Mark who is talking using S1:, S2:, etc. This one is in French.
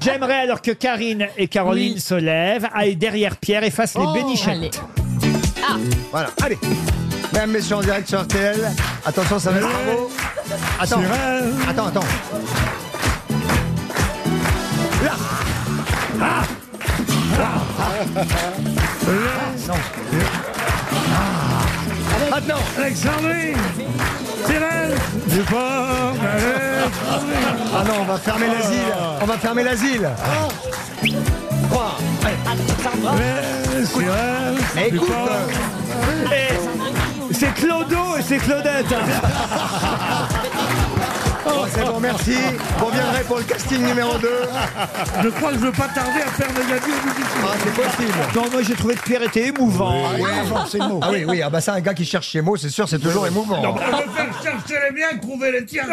S1: J'aimerais alors que Karine et Caroline se lèvent, aillent derrière Pierre et fassent les bénichettes.
S2: Voilà, allez. Même messieurs en direct sur RTL. Attention, ça va être bravo. Attends, attends, attends. Là. Ah. Ah. Non.
S3: Maintenant, Alexandrine Thérèse Dupont
S2: Ah non, on va fermer l'asile. On va fermer l'asile. Trois. Allez. Écoute. Mais écoute. euh,
S1: Et C'est Clodo et c'est Claudette.
S2: Bon, Oh, c'est bon, merci. Vous reviendrez pour le casting numéro Ah, 2.
S3: Je crois que je ne veux pas tarder à faire mes avis au
S2: Ah,
S3: musicien.
S2: c'est possible.
S1: Non, moi j'ai trouvé que Pierre était émouvant.
S2: Ah oui, oui, ah bah ça, un gars qui cherche ses mots, c'est sûr, c'est toujours émouvant.
S3: Je vais faire chercher les miens, trouver les tiens.